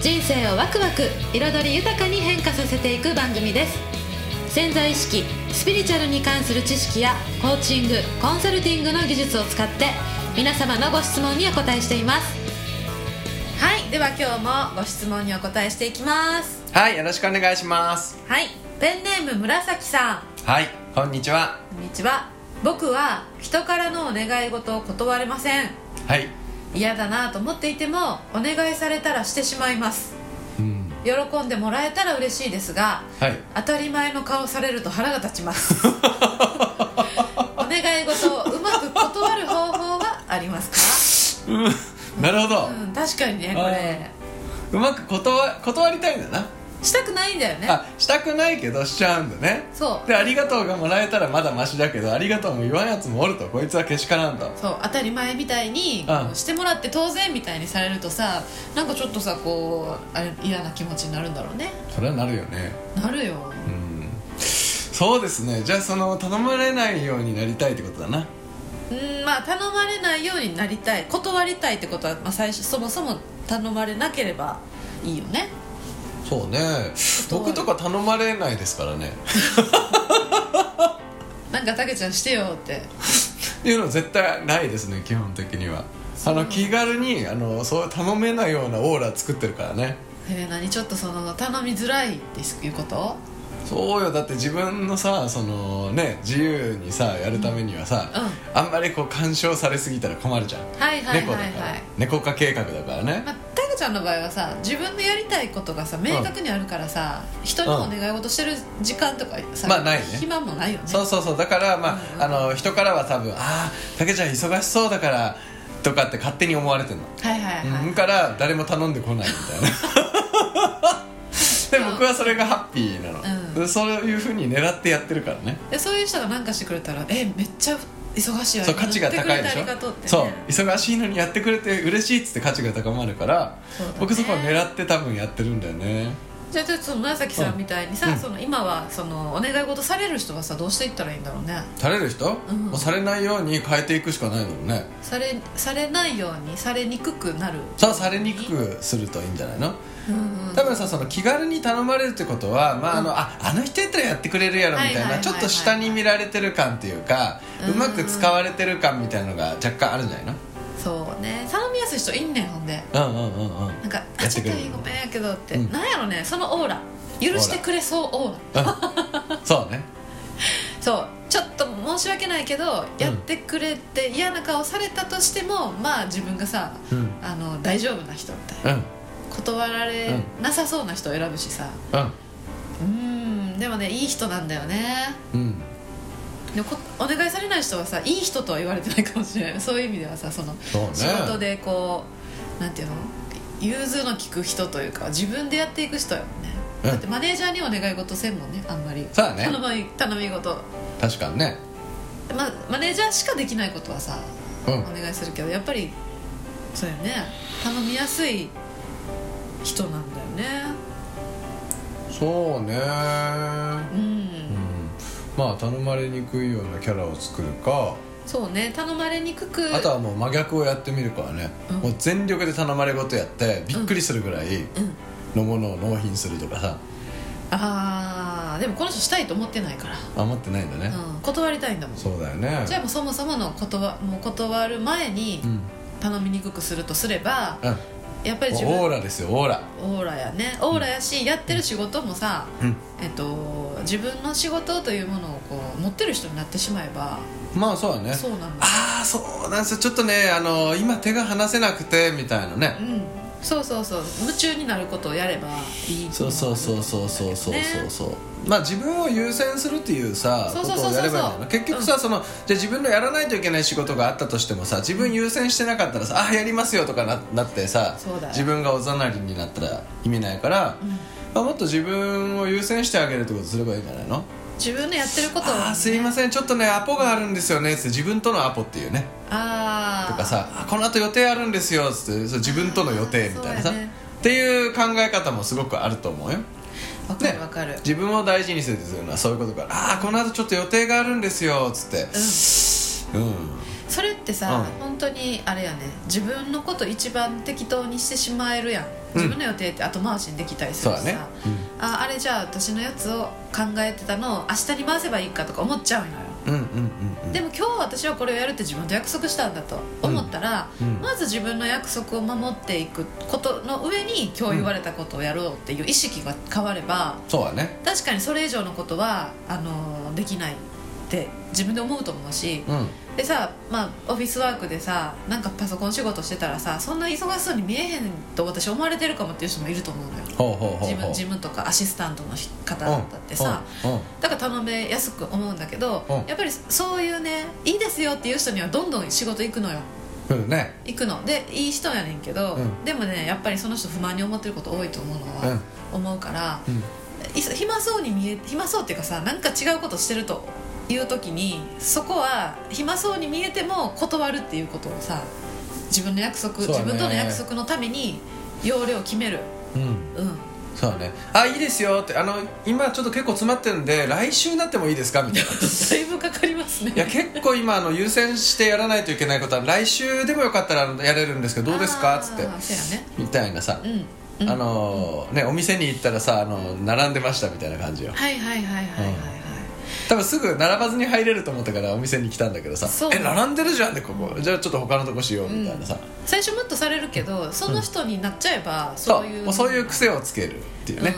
人生をワクワク彩り豊かに変化させていく番組です潜在意識スピリチュアルに関する知識やコーチングコンサルティングの技術を使って皆様のご質問にお答えしていますはいでは今日もご質問にお答えしていきますはいよろしくお願いしますはいペンネーム紫さんはいこんにちはこんにちは僕は人からのお願い事を断れませんはい嫌だなと思っていてもお願いされたらしてしまいますうん喜んでもらえたら嬉しいですがはい当たり前の顔されると腹が立ちま すお願い事をうまく断る方法はありますうんなるほどか、うん、確かにねこれうまく断断りたいんだなしたくないんだよねあしたくないけどしちゃうんだねそうでありがとうがもらえたらまだマシだけどありがとうも言わんやつもおるとこいつはけしからんとそう当たり前みたいにうんしてもらって当然みたいにされるとさなんかちょっとさこうあれ嫌な気持ちになるんだろうねそれはなるよねなるようんそうですねじゃあその頼まれないようになりたいってことだなうんまあ頼まれないようになりたい断りたいってことは、まあ、最初そもそも頼まれなければいいよねそうね僕とか頼まれないですからねなんかたけちゃんしてよってっていうの絶対ないですね基本的にはあそうの気軽にあのそう頼めないようなオーラ作ってるからねえー、何ちょっとその頼みづらいっていうことそうよだって自分のさそのね自由にさやるためにはさ、うあんまりこう干渉されすぎたら困るじゃん、はいはいはい猫はだいから猫化計画だからね、まあたけちゃんの場合はさ自分のやりたいことがさ明確にあるからさ、人にお願い事してる時間とかさ、まあないね暇もないよねそうそうそうだからまあ,、うんあの人からは多分「ああ竹ちゃん忙しそうだから」とかって勝手に思われてるのはいはいはい、うん、から誰も頼んでこないみ たいなで僕はそれがハッピーなの、うんそういうふうに狙ってやってるからねでそういう人が何かしてくれたらえめっちゃ忙しいわそう価値が高いでしやょってくれてありがとうって、ね、そう忙しいのにやってくれて嬉しいっつって価値が高まるから、そうだね僕そこは狙って多分やってるんだよねじゃあちょっとその紫さんみたいにさ、うんその今はそのお願い事される人はさどうしていったらいいんだろうねされる人、うんもうされないように変えていくしかないのねされされないようにされにくくなるさあされにくくするといいんじゃないのうんうん多分さその気軽に頼まれるってことは、まああのああの人やったらやってくれるやろみたいな、はいはいはいはいちょっと下に見られてる感っていうかうんうまく使われてる感みたいなのが若干あるんじゃないそうね頼みやすい人いんねんほんでのうんうんうんうんなんか「やあっちてょくっとれるごめんやけど」って、うんなんやろねそのオーラ許してくれそうオーラそうねそうちょっと申し訳ないけど、やってくれて嫌な顔されたとしてもまあ自分がさうんうんあの大丈夫な人みたいなうん断られなさそうな人を選ぶしさ、うーんでもねいい人なんだよねうんでもこお願いされない人はさいい人とは言われてないかもしれないそういう意味ではさそのそうね仕事でこうなんていうの融通の利く人というか自分でやっていく人やもんね、うんだってマネージャーにお願い事せんもんねあんまりそうだね頼み頼み事、確かにねでま、マネージャーしかできないことはさ、うんお願いするけどやっぱりそうよね頼みやすい人なんだよねそうねうんうんまあ頼まれにくいようなキャラを作るかそうね頼まれにくくあとはもう真逆をやってみるからね、うんもう全力で頼まれ事やってびっくりするぐらいうんのものを納品するとかさああでもこの人したいと思ってないから、あ持ってないんだね、うん、断りたいんだもんそうだよねじゃあもうそもそもの断もう断る前にうん、頼みにくくするとすればうん、やっぱり自分オーラですよオーラオーラやねオーラやしやってる仕事もさ、うんえっと、自分の仕事というものをこう持ってる人になってしまえばまあそうだねそうなんだああそうなんですよちょっとねあの今手が離せなくてみたいなねうんそうそうそう夢中になることをやればいいそうそうそうそうそうそうそうそう、まあ自分を優先するっていうさそうこそうそとうそうをやればいいんだよな結局さ、そのじゃあ自分のやらないといけない仕事があったとしてもさ自分優先してなかったらさあやりますよとかななってさそうだよ自分がおざなりになったら意味ないから、んまあ、もっと自分を優先してあげるってことすればいいんじゃないの自分のやってることをあーすいませんちょっとねアポがあるんですよねつって自分とのアポっていうねあーとかさあこの後予定あるんですよつってそう自分との予定みたいなさ、そうだねっていう考え方もすごくあると思うよわかるわかる、自分を大事にするっていうのはそういうことからああこの後ちょっと予定があるんですよつってうんうんそれってさ、うん本当にあれやね自分のこと一番適当にしてしまえるやん自分の予定って後回しにできたりすそうるしださ、ね、ああれじゃあ私のやつを考えてたのを明日に回せばいいかとか思っちゃうのようん、うんうんうんでも今日私はこれをやるって自分と約束したんだと思ったら、うんうんまず自分の約束を守っていくことの上に今日言われたことをやろうっていう意識が変わればそうだね確かにそれ以上のことはあのできないって自分で思うと思うし、うんでさ、まあ、オフィスワークでさなんかパソコン仕事してたらさそんな忙しそうに見えへんと私思われてるかもっていう人もいると思うのよほうほうほうほう自分事務とかアシスタントの方だったってさ、うんうんだから頼めやすく思うんだけど、うんやっぱりそういうねいいですよっていう人にはどんどん仕事行くのようんうんね行くのでいい人やねんけど、うんでもねやっぱりその人不満に思ってること多いと思うのは、うん思うからうんい暇そうに見え暇そうっていうかさなんか違うことしてるという時にそこは暇そうに見えても断るっていうことをさ自分の約束、そうだ自ね分との約束のために要領を決めるうんうん そうだねあいいですよってあの今ちょっと結構詰まってるんで来週になってもいいですかみたいなだいぶかかりますねいや結構今あの優先してやらないといけないことは来週でもよかったらあのやれるんですけどどうですかあーつってそうやねみたいなさ、うん、うん、あのーねお店に行ったらさあの並んでましたみたいな感じよはいはいはいはいはいはい、多分すぐ並ばずに入れると思ったからお店に来たんだけどさそうえ並んでるじゃんってここじゃあちょっと他のとこしようみたいなさ、最初ムッとされるけどその人になっちゃえば、そそうういうもうそういう癖をつけるっていうね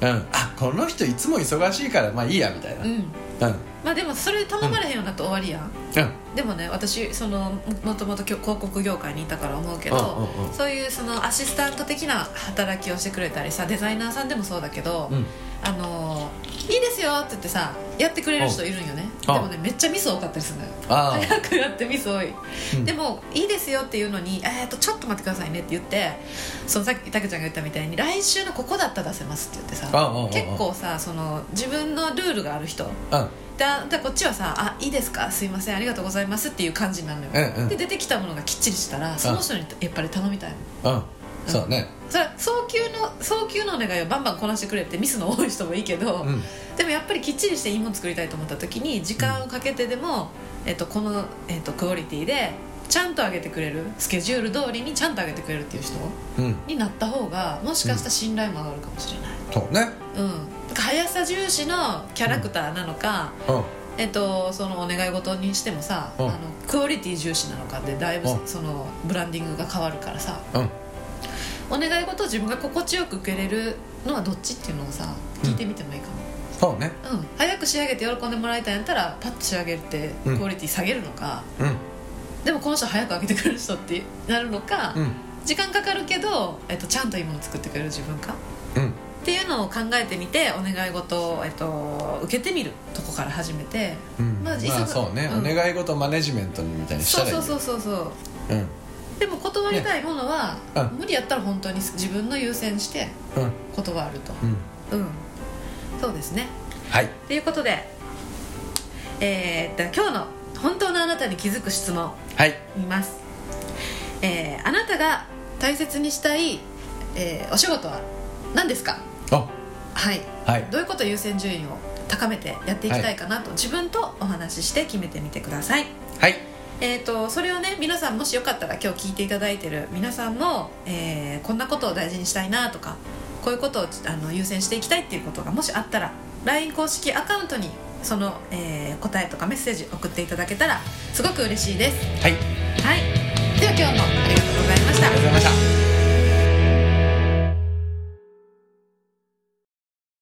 うん、あこの人いつも忙しいからまあいいやみたいなうん、うん、うんまあでもそれ頼まれへんようになって終わりやんうんでもね私そのももともときょ広告業界にいたから思うけど、うんうんうんそういうそのアシスタント的な働きをしてくれたりさデザイナーさんでもそうだけど、うんあのーいいですよって言ってさやってくれる人いるんよねでうんもねめっちゃミス多かったりするのよあ早くやってミス多い、うんでもいいですよっていうのに、えー、とちょっと待ってくださいねって言ってそのさっきたけちゃんが言ったみたいに来週のここだったら出せますって言ってさあうんうんうん結構さその自分のルールがある人あうんであでこっちはさ「あいいですかすいませんありがとうございます」っていう感じになるのよ、うんうんで出てきたものがきっちりしたらその人にやっぱり頼みたいのうんそうねそれは早急の早急のお願いをバンバンこなしてくれってミスの多い人もいいけど、うんでもやっぱりきっちりしていいもの作りたいと思った時に時間をかけてでも、えっとこの、えっとクオリティでちゃんと上げてくれるスケジュール通りにちゃんと上げてくれるっていう人うんになった方がもしかしたら信頼も上がるかもしれない、そうねうん、だから速さ重視のキャラクターなのか、うんえっと、そのお願い事にしてもさ、うんあのクオリティ重視なのかでだいぶうんそのブランディングが変わるからさうんお願い事を自分が心地よく受けれるのはどっちっていうのをさ聞いてみてもいいかそうねも、うん早く仕上げて喜んでもらいたいんやったらパッと仕上げてうんクオリティ下げるのか、うんでもこの人早く上げてくれる人ってなるのか、うん時間かかるけど、えっと、ちゃんといいもの作ってくれる自分かうんっていうのを考えてみてお願い事を、えっと、受けてみるとこから始めて、うんままああ急ぐそうね、うんお願い事マネジメントみたいにしたそうらいいそうよそうそうそううんでも断りたいものは、ねうん無理やったら本当に自分の優先してうん断るとうんうんそうですねはいということでえーっと今日の「本当のあなたに気づく質問はい」見ます、えーあなたが大切にしたい、えーお仕事は何ですかあはいはいどういうことを優先順位を高めてやっていきたいかなと、自分とお話しして決めてみてくださいはいえー、とそれをね皆さんもしよかったら今日聞いていただいてる皆さんの、えーこんなことを大事にしたいなとかこういうことをあの優先していきたいっていうことがもしあったら LINE 公式アカウントにその、えー答えとかメッセージ送っていただけたらすごく嬉しいです。はいありがとうはい、では今日もありがとうございましたございました